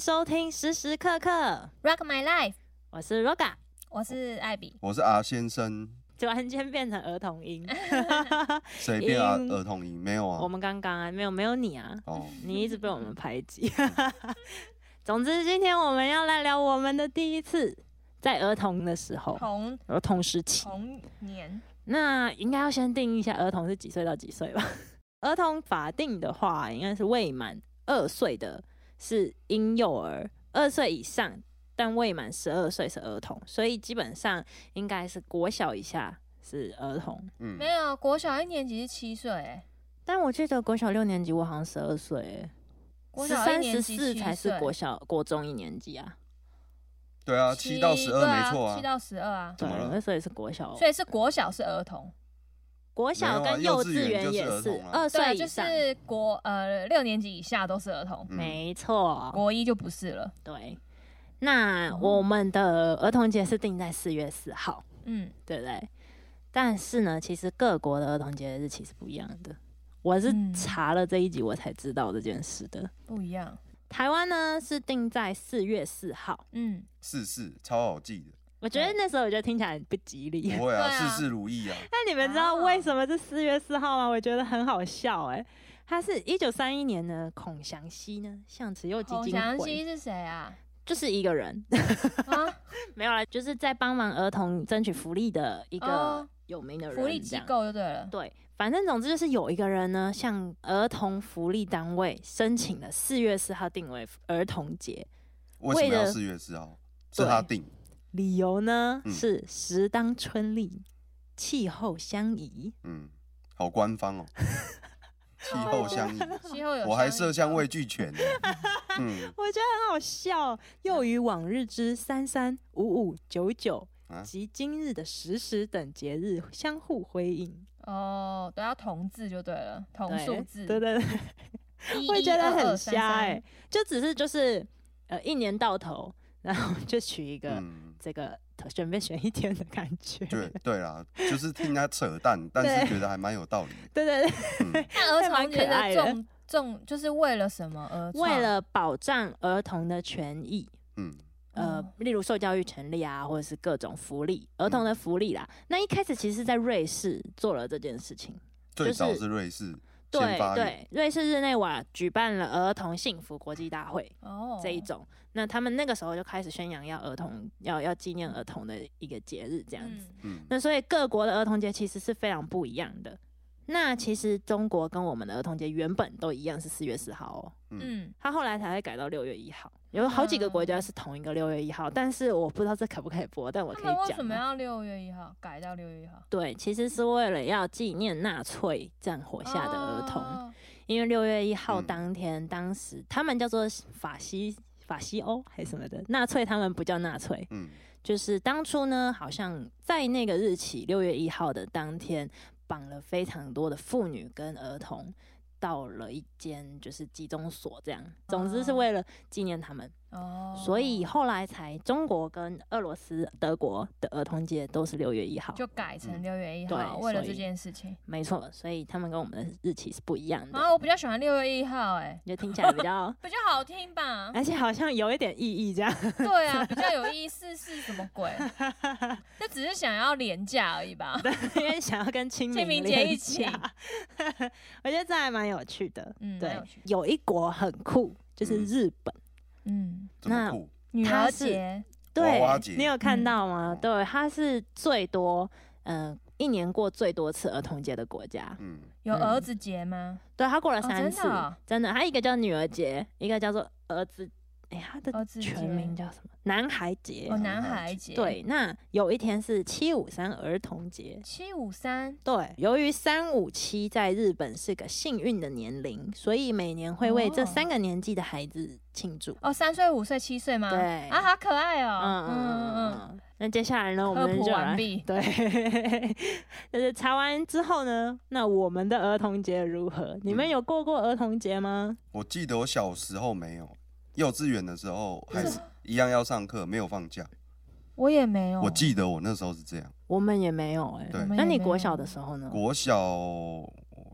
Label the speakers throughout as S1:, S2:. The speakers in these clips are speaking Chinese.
S1: 收听时时刻刻，
S2: Rock My Life，
S1: 我是 Roga，
S2: 我
S1: 哦
S2: 是艾比。
S3: 我是 R 先生，
S1: 突然间变成儿童音。
S3: 谁变啊？
S1: 因
S3: 儿童音没有
S1: 我
S3: 啊？
S1: 们刚刚啊，没有没有你啊，
S3: 哦，
S1: 你一直被我们排挤。 总之，今天我们要来聊我们的第一次在儿童的时候，
S2: 童
S1: 儿童时期。
S2: 童年
S1: 那应该要先定义一下儿童是几岁到几岁吧？ 儿童法定的话，应该是未满二岁的是婴幼儿，二岁以上但未满十二岁是儿童，所以基本上应该是国小以下是儿童。
S3: 嗯
S2: 没，有，国小一年级是七岁、欸，
S1: 但我记得国小六年级我好像十二岁欸，
S2: 国
S1: 十
S2: 小一
S1: 三十
S2: 年级
S1: 四
S2: 七
S1: 才是
S2: 岁
S1: 国小国中一年级啊，
S3: 对啊，七到十二
S2: 对啊
S3: 没错啊
S2: 七，到十二啊，
S3: 怎么了
S1: 对所以是国小，
S2: 所以是国小是儿童，
S1: 国小
S3: 没有啊
S1: 跟
S3: 幼稚
S1: 稚
S3: 园
S1: 园
S3: 就是
S1: 也是
S3: 儿童啊
S1: 二
S2: 对啊，
S1: 岁
S2: 就
S1: 以上，
S2: 是国呃六年级以下都是儿童，
S3: 嗯
S1: 没错，
S2: 国一就不是了。
S1: 对，那
S2: 哦
S1: 我们的儿童节是定在四月四号，
S2: 嗯，
S1: 对不对？但是呢，其实各国的儿童节日期是不一样的。我是
S2: 嗯
S1: 查了这一集我才知道这件事的。
S2: 不一样。
S1: 台湾呢是定在四月四号，
S2: 嗯，
S3: 事事超好记的，
S1: 我觉得那时候我就听起来很不吉 利。
S3: 不会
S2: 对
S3: 啊，
S2: 啊
S3: 事事如意啊，
S1: 那你们知道为什么是四月四号吗？我觉得很好笑哎、它是一九三一年的孔祥熙呢向慈幼基
S2: 孔
S1: 金
S2: 祥
S1: 会，
S2: 熙是谁 啊？
S1: 就是一个人，
S2: 啊，
S1: 没有啦，就是在帮忙儿童争取福利的一个
S2: 哦
S1: 有名的人，
S2: 福利
S1: 这
S2: 机
S1: 样。
S2: 构就对了。
S1: 对，反正总之就是有一个人呢，向儿童福利单位申请了四月四号定为儿童节，
S3: 为
S1: 为
S3: 什么要
S1: 了
S3: 四月四号？是他定，
S1: 理由呢、
S3: 嗯
S1: 是时当春令，气候相宜。
S3: 嗯，好官方 哦，气候相宜，
S2: 哦气候有，
S3: 我还色香味 俱全呢，嗯
S1: 我觉得很好笑。又于往日之三三五五九九
S3: 啊
S1: 及今日的十十等节日相互辉应，
S2: 哦，都要同字就对了，同数字。
S1: 对对对，
S2: 一，
S1: 我觉得很瞎哎、
S2: 哎。
S1: 就只是就是呃一年到头，然后就取一个
S3: 嗯，
S1: 这个选备选一天的感觉。
S3: 对对啦，就是听他扯淡，但
S1: 对
S3: 是觉得还蛮有道理的，
S1: 对对对，
S3: 嗯，
S2: 那儿
S1: 还蛮
S2: 童
S1: 可
S2: 节
S1: 爱
S2: 的
S1: 的
S2: 重重就是为了什么而
S1: 为
S2: 创
S1: 了保障儿童的权益，
S3: 嗯，
S1: 呃
S2: 哦，
S1: 例如受教育权利啊，或者是各种福利，儿
S3: 嗯
S1: 童的福利啦。那一开始其实，在瑞士做了这件事情。
S3: 最早
S1: 就是
S3: 是瑞士
S1: 对
S3: 先发育，
S1: 对，瑞士日内瓦举办了儿童幸福国际大会
S2: 哦
S1: 这一种，那他们那个时候就开始宣扬要儿童要要纪念儿童的一个节日这
S2: 这
S1: 样子。
S3: 嗯，
S1: 那所以各国的儿童节其实是非常不一样的。那其实中国跟我们的儿童节原本都一样是四月四号哦，
S2: 嗯，
S1: 它后来才会改到六月一号。有好几个国家是同一个六月一号，但是我不知道这可不可以播，但我
S2: 他
S1: 可以
S2: 们为什
S1: 讲
S2: 么
S1: 啊。
S2: 要六月一号改到六月一号？
S1: 对，其实是为了要纪念纳粹战火下的儿童，
S2: 哦
S1: 因为六月一号
S3: 嗯
S1: 当天，当时他们叫做法西法西欧还是什么的，纳粹他们不叫纳粹，
S3: 嗯，
S1: 就是当初呢，好像在那个日期六月一号的当天，绑了非常多的妇女跟儿童到了一间就是集中所，这样，总之是为了纪念他们，
S2: 哦，
S1: 所以后来才中国跟俄罗斯、德国的儿童节都是六月一号，
S2: 就改成
S3: 嗯
S2: 六月一
S1: 对
S2: 号，为了
S1: 所
S2: 这
S1: 以
S2: 件事情。
S1: 没错，所以他们跟我们的日期是不一样的，
S2: 啊，我比较喜欢六月一号，哎，，
S1: 就听起来比较
S2: 比较好 听吧？
S1: 而且好像有一点意义这样。
S2: 对啊，比较有意思是什么鬼？那只是想要廉价而已吧？
S1: 因为想要跟清
S2: 清
S1: 明
S2: 明节
S1: 连
S2: 一起
S1: 假啊 我觉得这还蛮有趣的。
S2: 嗯，蛮
S1: 对
S2: 有趣，的
S1: 有一国很酷，就是
S3: 嗯
S1: 日本。
S2: 嗯，
S3: 这么
S1: 那
S3: 酷，
S2: 女
S1: 它
S2: 儿
S1: 是
S2: 节，
S1: 对，
S3: 娃娃节
S1: 你有看到吗？
S3: 嗯
S1: 对，它是最多，嗯、一年过最多次儿童节的国家。
S3: 嗯，
S2: 有
S1: 嗯
S2: 儿子节吗？
S1: 对，它过了
S2: 哦
S1: 三
S2: 真的
S1: 次，
S2: 哦
S1: 真的。它一个叫女儿节，一个叫做儿子，哎、它的
S2: 儿子节
S1: 全名叫什么？男孩节。
S2: 哦，
S3: 男
S2: 男
S3: 孩
S2: 孩节，，
S1: 对，那有一天是七五三儿童节，
S2: 七五三
S1: 对，由于三五七在日本是个幸运的年龄，所以每年会为这
S2: 哦
S1: 三个年纪的孩子庆祝。
S2: 哦，三岁、五岁、七岁吗？
S1: 对
S2: 啊，好可爱哦。
S1: 嗯嗯嗯嗯嗯。那接下来呢，我
S2: 科
S1: 们
S2: 普
S1: 就来
S2: 完毕
S1: 对，就是查完之后呢，那我们的儿童节如何？你们
S3: 嗯
S1: 有过过儿童节吗？
S3: 我记得我小时候没有，幼稚园的时候还是一样要上课，没有放假。
S2: 我也没
S1: 哦
S2: 有。
S3: 我记得我那时候是这样，
S1: 我们也没有哎、
S3: 对
S2: 我们
S1: 那
S2: 也
S1: 你
S2: 没
S1: 国
S2: 有
S1: 小的时候呢？
S3: 国小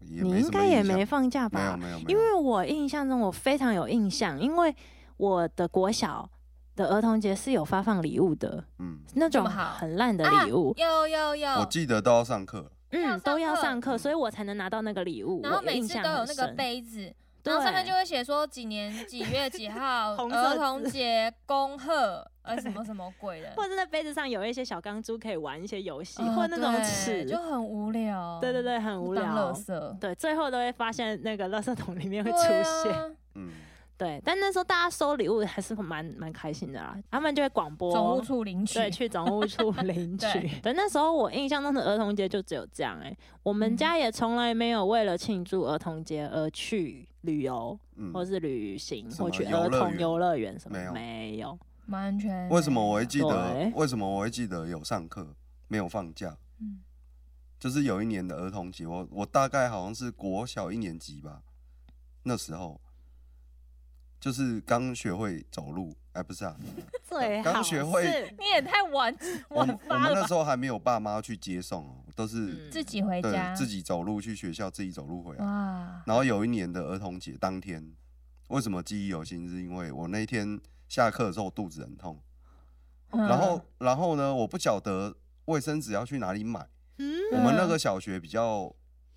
S3: 也
S1: 你
S3: 没
S1: 应
S3: 什么
S1: 该也
S3: 印象
S1: 没放假
S3: 没有
S1: 吧？
S3: 没有没有，
S1: 因为我印象中我非常有印象，因为我的国小的儿童节是有发放礼物的，
S3: 嗯，
S1: 那
S2: 这
S1: 种
S2: 么好
S1: 很烂的礼物，
S2: 啊有有有，
S1: 哦
S3: 我记得都要上课，
S2: 要
S1: 嗯，
S2: 上
S1: 都要
S2: 课
S1: 上课，所以我才能拿到那个礼物。
S2: 然后
S1: 我
S2: 每
S1: 印
S2: 次
S1: 象
S2: 都有
S1: 很
S2: 那个
S1: 深，
S2: 杯子，
S1: 对
S2: 然后上面就会写说几年几月几 号
S1: 红色
S2: 儿童节恭贺，呃什么什么 鬼的，
S1: 或者那杯子上有一些小钢珠可以玩一些游戏，
S2: 哦
S1: 或者那种
S2: 对
S1: 尺，
S2: 就很无聊。
S1: 对对，对，很无聊
S2: 垃。圾
S1: 对，最后都会发现那个垃圾桶里面会出现。
S2: 啊、
S3: 嗯，
S1: 对，但那时候大家收礼物还是蛮蛮开心的啦，他们就会广播
S2: 总务处领取。
S1: 对，去总务 处领取
S2: 对。
S1: 对，那时候我印象中的儿童节就只有这样哎、我
S2: 嗯
S1: 们家也从来没有为了庆祝儿童节而去旅游，
S3: 嗯
S1: 或是旅行，
S3: 什
S1: 或
S3: 么
S1: 去
S3: 游
S1: 儿
S3: 乐
S1: 童
S3: 园
S1: 游乐园什么
S3: 没有
S1: 没有。
S2: 蛮安全。
S3: 为什么我会记得
S1: 对？
S3: 为什么我会记得有上课没有放假？
S2: 嗯
S3: 就是有一年的儿童节，我我大概好像是国小一年级吧，那时候就是刚学会走路，哎，不是啊，
S1: 最
S3: 刚
S1: 好
S3: 学会
S1: 是
S2: 你也太晚
S3: 我
S2: 晚
S3: 们我
S2: 发
S3: 们
S2: 了
S3: 那
S2: 吧，
S3: 时候还没有爸妈去接送哦，都是
S1: 嗯
S2: 自己回家
S3: 对自己走路去学校，自己走路回来。
S2: 哇，
S3: 然后有一年的儿童节当天，为什么记忆犹新？是因为我那天下课的时候肚子很痛，
S2: 嗯
S3: 然后然后呢，我不晓得卫生纸要去哪里买。
S1: 嗯，
S3: 我们那个小学比较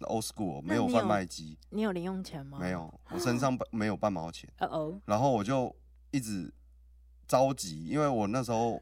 S3: old school，
S1: 那
S3: 没有
S1: 你
S3: 贩
S1: 有
S3: 卖机，
S1: 你有零用钱吗？
S3: 没。有，我身上半没有半毛钱。
S1: 哦哦，
S3: 然后我就一直着急，因为我那时候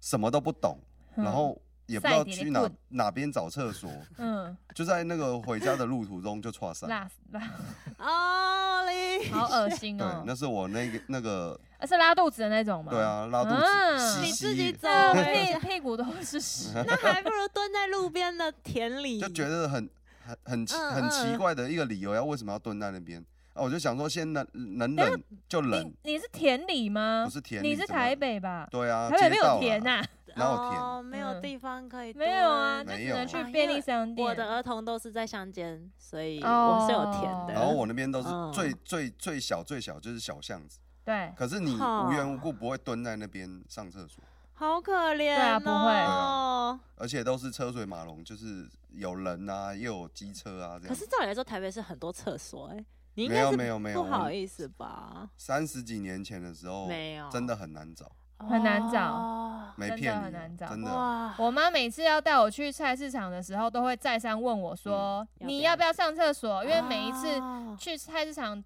S3: 什么都不懂，
S2: 嗯
S3: 然后也不知道
S2: 赛迪的
S3: 去哪
S2: 棍
S3: 哪边找厕 所，
S2: 嗯，
S3: 就在那个回家的路途中就错散。
S2: 辣死辣，
S1: 奥利，
S2: 好恶心
S3: 对
S2: 哦，，
S3: 那是我那个那个
S2: 啊是拉肚子的那种吗？
S3: 对，啊，拉肚
S2: 嗯
S3: 子，
S1: 你
S3: 稀
S1: 自己
S3: 稀
S1: 走
S2: 那
S1: 回
S2: 屁
S1: 家，
S2: 屁股都是 屎。
S1: 那还不如蹲在路边的田里，
S3: 就觉得很很很奇
S1: 嗯
S3: 很奇
S1: 嗯
S3: 怪的一个理由，要为什么要蹲在那边？啊，我就想说先能能忍就忍
S2: 你，你是田里吗？
S3: 不是田里
S2: 你是
S3: 怎么
S2: 台
S3: 忍
S2: 北吧？
S3: 对啊，
S2: 台北没
S3: 街道
S2: 有
S3: 啦
S2: 田呐、
S3: 哪有田
S1: 哦，没有
S2: 嗯
S1: 地方可以，
S2: 没有啊，就
S1: 对
S3: 没
S2: 只
S3: 有
S2: 能
S1: 啊
S2: 去
S1: 因
S2: 便
S1: 为
S2: 利商店。
S1: 我的儿童都是在乡间，所以我是有田的。
S3: 然后我那边都是
S1: 嗯
S3: 最最最小最小就是小巷子，
S2: 对，
S3: 可是你
S1: 哈
S3: 无缘无故不会蹲在那边上厕所，
S1: 好可怜、哦，哦
S2: 啊不会对
S3: 啊而且都是车水马龙，就是有人啊，又有机车啊这
S1: 可
S3: 样
S1: 是。照理来说，台北是很多厕所、哎，你应
S3: 没
S1: 该
S3: 有
S1: 是
S3: 没有没有，
S1: 不好意思吧？
S3: 三十几年前的时候，
S1: 没有
S3: 真的很难找，
S2: 很难找
S1: 哦
S3: 没
S2: 真的
S3: 骗你啊，
S2: 很难找
S3: 真的。
S1: 哇，
S2: 我妈每次要带我去菜市场的时候，都会再三问我说：“
S1: 嗯
S2: 你
S1: 要
S2: 要
S1: 不
S2: 不要上厕所？”因为每一次
S1: 哦
S2: 去菜市场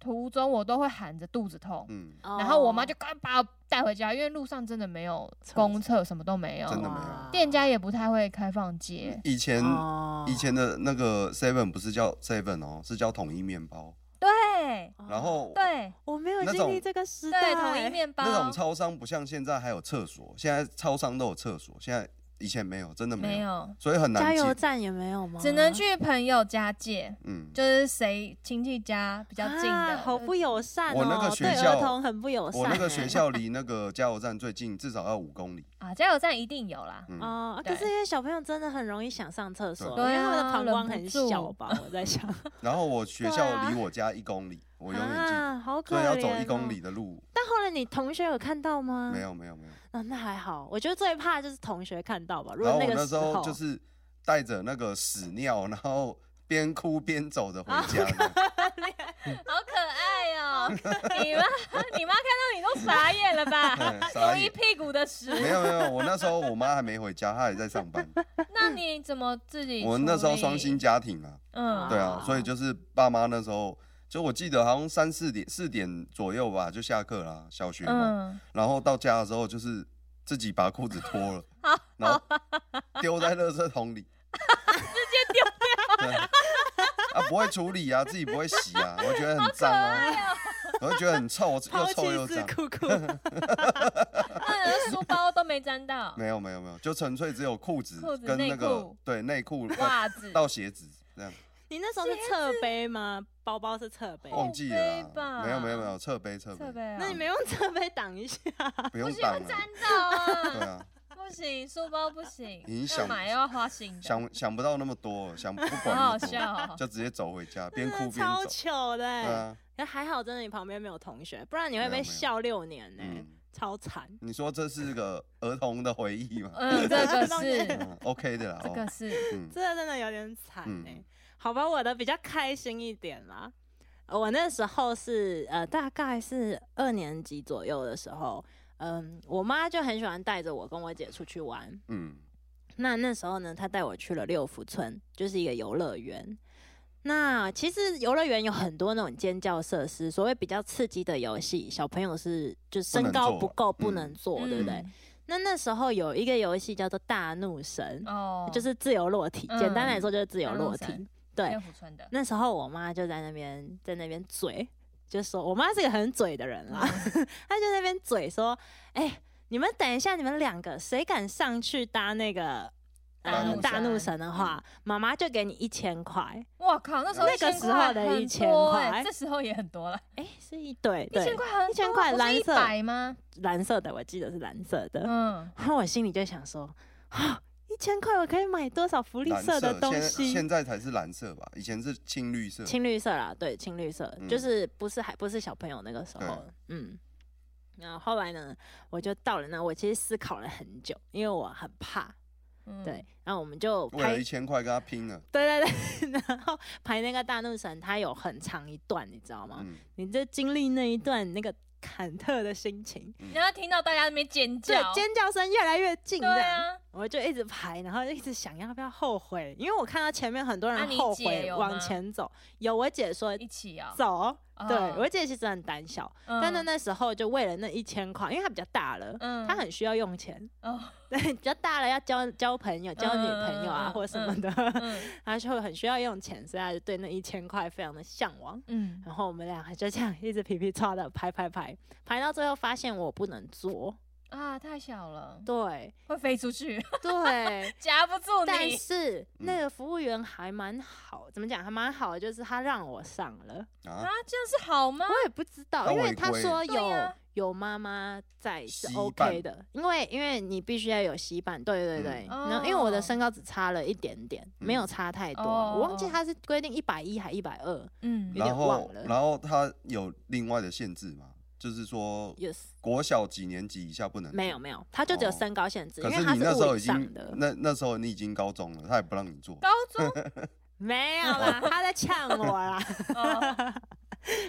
S2: 途中，我都会喊着肚子痛，
S3: 嗯，
S2: 然后我妈就赶快把我带回家，因为路上真的没有
S1: 厕所
S2: 公厕，什么都没有，
S3: 真的没有
S1: 哇
S2: 店家也不太会开放街。
S3: 以前
S1: 哦
S3: 以前的那个 Seven 不是叫 Seven 哦，是叫统一面包。
S2: 对
S1: 哦
S3: 然后
S2: 对
S1: 我没有
S3: 那
S1: 经历
S3: 种
S1: 这个时代，
S2: 对，统一面包
S3: 那种超商不像现在还有厕所，现在超商都有厕所，现在以前没有，真的
S2: 没
S3: 有，
S2: 有，
S3: 所以很
S1: 加
S3: 难
S1: 油
S3: 进。
S1: 站也没有吗？
S2: 只能去朋友家借。
S3: 嗯，
S2: 就是谁亲戚家
S1: 比
S2: 比较近的，
S1: 啊好不友善哦，
S3: 我那个学
S1: 对
S3: 校
S1: 儿童很不友善、
S3: 我那个
S1: 哎
S3: 学校离那个加油站最近至少要五公里。
S2: 啊，加油站一定有 啦。
S3: 嗯，
S1: 哦、啊可
S2: 对
S1: 是因为小朋友真的很容易想上厕所，
S2: 对
S1: 因为他们的
S2: 啊
S1: 膀
S2: 忍
S1: 胱
S2: 不
S1: 很
S2: 住
S1: 小吧？我在想，
S3: 然后我学
S1: 对啊
S3: 校离我家一公里， 我永远记得，
S1: 啊，好可
S3: 所
S1: 怜、
S3: 以
S1: 哦。
S3: 要走一公里。的路。
S1: 但后来你同学有看到吗？
S3: 没。有没有没有。
S1: 哦，那还好。我觉得最怕就是同学看到吧。如
S3: 然
S1: 果
S3: 后我
S1: 个
S3: 那时
S1: 时
S3: 候就是带着那个屎尿，然后边哭边走的回家的。
S2: 好可爱哦、你妈，你妈看到你都傻眼了吧？
S3: 嗯 傻
S2: 有一
S3: 眼
S2: 屁股的屎。
S3: 没有没有，我那时候我妈还没回家，她也在上班。
S2: 那你怎么自己？
S3: 我那时候双薪，家庭啊，
S2: 嗯，
S3: 对啊，所以就是爸妈那时候，就我记得好像三四点四点左右吧就下课啦，小学嘛，
S2: 嗯，
S3: 然后到家的时候就是自己把裤子脱了，然后丢在垃圾桶里，直接丢掉， 啊不会处理啊，自己不会洗啊，我觉得很脏啊，
S2: 哦
S3: 我会觉得很臭，又
S1: 抛
S3: 臭
S1: 弃
S3: 又
S1: 式
S3: 脏。
S1: 酷酷，
S2: 那你的书包都没沾到，
S3: 没有没有没有，就纯粹只有裤子
S2: 裤子
S3: 跟
S2: 内
S3: 那个
S2: 裤
S3: 对内裤到
S2: 袜子，
S3: 到鞋子这样，
S1: 你那时候是侧背吗？包包是侧背，
S3: 忘记了
S2: 背
S3: 啦，
S2: 吧
S3: 没有没有没有，侧背侧
S2: 侧
S3: 背，
S2: 背啊，
S1: 那你没用侧背挡一下？
S3: 不
S2: 不
S3: 用
S2: 行
S3: 挡啊
S2: 会
S3: 了
S2: 沾，到
S3: 对
S2: 啊，
S3: 啊。
S2: 不行，书包不行，
S3: 你
S2: 要
S3: 想
S2: 买又要花新的，
S3: 想想不到那么多，想不
S2: 好
S3: 管那么
S2: 好
S3: 多，
S2: 笑哦。
S3: 就直接走回家， 边
S1: 真
S3: 哭
S1: 的
S3: 边
S1: 啊超
S3: 走。
S1: 糗的、
S3: 对
S1: 欸。
S3: 啊，
S1: 那、还好，真的你旁边没有同学，不然你会
S3: 没有
S1: 被
S3: 没有
S1: 笑六年呢、
S3: 嗯，
S1: 超惨。
S3: 你说这是个儿童的回忆 吗？
S2: 嗯，这个是，
S3: 嗯，OK 的啦，
S2: 这个
S3: 哦，
S2: 是，
S3: 嗯
S1: 这真的有点惨哎、
S3: 嗯
S1: 好吧，我的比较开心一点啦。我那时候是呃，大概是二年级左右的时候，嗯、我妈就很喜欢带着我跟我姐出去玩，
S3: 嗯，
S1: 那那时候呢，他带我去了六福村，就是一个游乐园。那其实游乐园有很多那种尖叫设施，所谓比较刺激的游戏，小朋友是就身高不够
S3: 不
S1: 不
S3: 能
S1: 能做，对不对？
S2: 嗯
S1: 那那时候有一个游戏叫做大怒神，
S2: 哦，
S1: 就是自由落体，
S2: 嗯
S1: 简单来说就是自由落
S2: 大怒神
S1: 体。对
S2: 六，福村的，
S1: 那时候我妈就在那边在那边嘴，就说我妈是个很嘴的人啦，
S2: 嗯
S1: 她就在那边嘴说：“哎、你们等一下，你们两个谁敢上去搭那个
S2: 大
S1: 呃
S2: 怒
S1: 大怒
S2: 神嗯
S1: 神的话，妈妈就给你一千块。
S2: 哇靠，那时候
S1: 那个
S2: 1000
S1: 时候的
S2: 块很
S1: 1000
S2: 多
S1: 块
S2: 欸这时候也很多了，
S1: 哎、是一对
S2: 一千
S1: 对
S2: 块很多，
S1: 一千块
S2: 不是
S1: 蓝
S2: 一
S1: 色
S2: 百吗？
S1: 蓝色的，我记得是蓝色的。
S2: 嗯，
S1: 然后我心里就想说，啊，一千块我可以买多少福利
S3: 蓝
S1: 社
S3: 色
S1: 的东
S3: 现在
S1: 西？
S3: 现在才是蓝色吧？以前是青绿色。
S1: 青绿色啦，对，青绿色、
S3: 嗯
S1: 就是不是还不是小朋友那个时候，嗯。然后后来呢，我就到了那，我其实思考了很久，因为我很怕，
S2: 嗯
S1: 对。，然后我们就
S3: 为了
S1: 拍
S3: 一，千块跟他拼了，
S1: 对对 对，然后拍那个大怒神，它有很长一段，你知道吗？
S3: 嗯，
S1: 你就经历那一段那个忐忑的心情，
S2: 然后听到大家在那边尖
S1: 对
S2: 叫，，
S1: 尖叫声越来越近，这
S2: 啊对
S1: 样，
S2: 啊，
S1: 我就一直排，然后一直想要不要后悔，因为我看到前面很多
S2: 啊
S1: 人
S2: 你
S1: 后
S2: 姐
S1: 悔
S2: 有吗
S1: 往前走，有我姐说
S2: 一起啊，
S1: 走。
S2: 哦
S1: 对，我姐其实很胆小，但是
S2: 嗯
S1: 那时候就为了那一千块，因为她比较大了，
S2: 嗯
S1: 她很需要用钱，
S2: 哦，
S1: 对，比较大了要交交朋友、交女朋友
S2: 嗯嗯
S1: 啊
S2: 嗯
S1: 或什么的，
S2: 嗯
S1: 她就很需要用钱，所以她就对那一千块非常的向往。
S2: 嗯，
S1: 然后我们俩就这样一直皮皮叉的排排排，排到最后发现我不能坐，
S2: 啊，太小了，
S1: 对
S2: 会飞出去，
S1: 对，
S2: 夹不住
S1: 但
S2: 你，
S1: 是那
S3: 嗯
S1: 个服务员还蛮好，怎么讲还蛮好的，就是他让我上了，
S3: 啊
S2: 啊，，这样是好吗？
S1: 我也不知道，
S3: 他
S1: 因为
S3: 违
S1: 他
S3: 规
S1: 说
S2: 对
S1: 有、
S2: 呀
S1: 有妈妈在是
S3: 稀
S1: OK
S3: 饭
S1: 的，因为因为你必须要有洗板，对对对。
S2: 嗯
S1: 然后因为我的
S2: 哦
S1: 身高只差了一点点，没有
S3: 嗯
S1: 差太多，
S2: 哦
S1: 我忘记
S2: 哦
S1: 他是规定一百一还一百二。
S2: 嗯
S1: 有点
S3: 然后
S1: 忘了
S3: 然后他有另外的限制嘛，就是说
S1: Yes，
S3: 国小几年级以下不能，
S1: 没有。没有，他就只有
S3: 哦
S1: 身高限制，
S3: 可
S1: 因
S3: 是
S1: 为他
S3: 你那时
S1: 物
S3: 候
S1: 理
S3: 已经
S1: 上的。
S3: 那那时候你已经高中了，他也不让你做。
S2: 高 中
S1: 没有啦，他在呛我啦。
S2: 哦，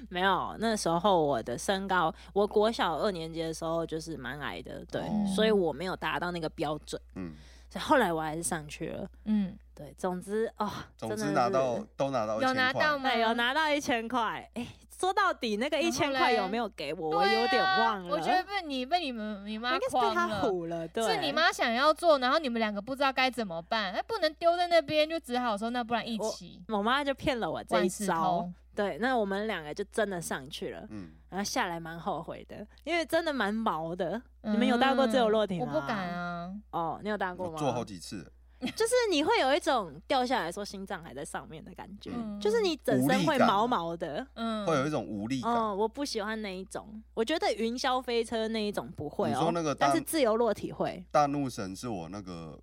S1: 没有，那时候我的身高，我国小二年级的时候就是蛮矮的，对，
S3: 哦
S1: 所以我没有达到那个标准，
S3: 嗯，
S1: 所以后来我还是上去了。
S2: 嗯，
S1: 对，总之哦，
S3: 总
S1: 真
S3: 之
S1: 的
S3: 拿
S1: 是
S3: 到都拿到一
S2: 有拿
S3: 千
S2: 到
S3: 块，
S2: 吗？
S1: 哎对，有拿到一千块。哎、说到底，那个
S2: 嗯然后
S1: 一千块
S2: 嘞
S1: 有没有给我，
S2: 对啊，
S1: 我有点忘了。
S2: 我觉得被你被你们你
S1: 我
S2: 妈
S1: 应该是被
S2: 诓
S1: 他
S2: 了。
S1: 唬欸了，对，
S2: 是你。妈想要做，然后你们两个不知道该怎么办，哎那不能丢在那边，就只好说那不然一起。
S1: 我妈就骗了我这
S2: 万
S1: 一
S2: 事
S1: 招
S2: 通，，
S1: 对，那我们两个就真的上去了，
S3: 嗯，
S1: 然后下来蛮后悔的，因为真的蛮毛的。你们有搭过自由落体
S2: 嗯我
S1: 吗
S2: 不敢啊，
S1: 哦，你有搭过
S3: 我
S1: 吗？
S3: 做好几次了，
S1: 就是你会有一种掉下来说心脏还在上面的感觉，
S2: 嗯
S1: 就是你整身会毛毛的。
S2: 嗯，
S3: 会有一种无力感。
S1: 哦，我不喜欢那一种，我觉得云霄飞车那一种不会
S3: 你
S1: 哦
S3: 说，那个
S1: 但
S3: 大
S1: 是自由落体会。
S3: 大怒神是我那个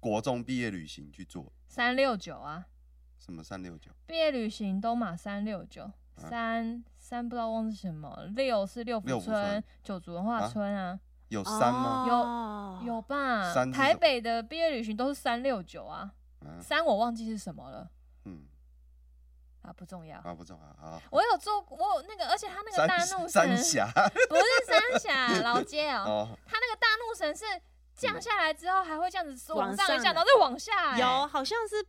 S3: 国中毕业旅行去做，
S2: 三六九啊，
S3: 什么三六九，
S2: 毕业旅行都马三六
S3: 啊
S2: 九，三三不知道忘记什么，六是六
S3: 六
S2: 福
S3: 福村
S2: 村、九族文化
S3: 啊
S2: 村啊，
S3: 有三吗？
S1: 哦
S2: 有吧
S3: 三？是
S2: 台
S3: 什么
S2: 北的毕业旅行都是三六九啊，
S1: 哦
S3: 嗯
S2: 三我忘记是什么了
S3: 嗯，
S2: 啊，不重要。
S3: 啊不重要啊。好
S2: 我有做，我有那个，而且他那个
S3: 三
S2: 大怒神
S3: 三峡
S2: 不是三峡 老街哦，
S3: 哦，
S2: 他那个大怒神是降下来之后还会这样子
S1: 往
S2: 往上一
S1: 上
S2: 下，然后再往下、哎
S1: 嗯有，好像是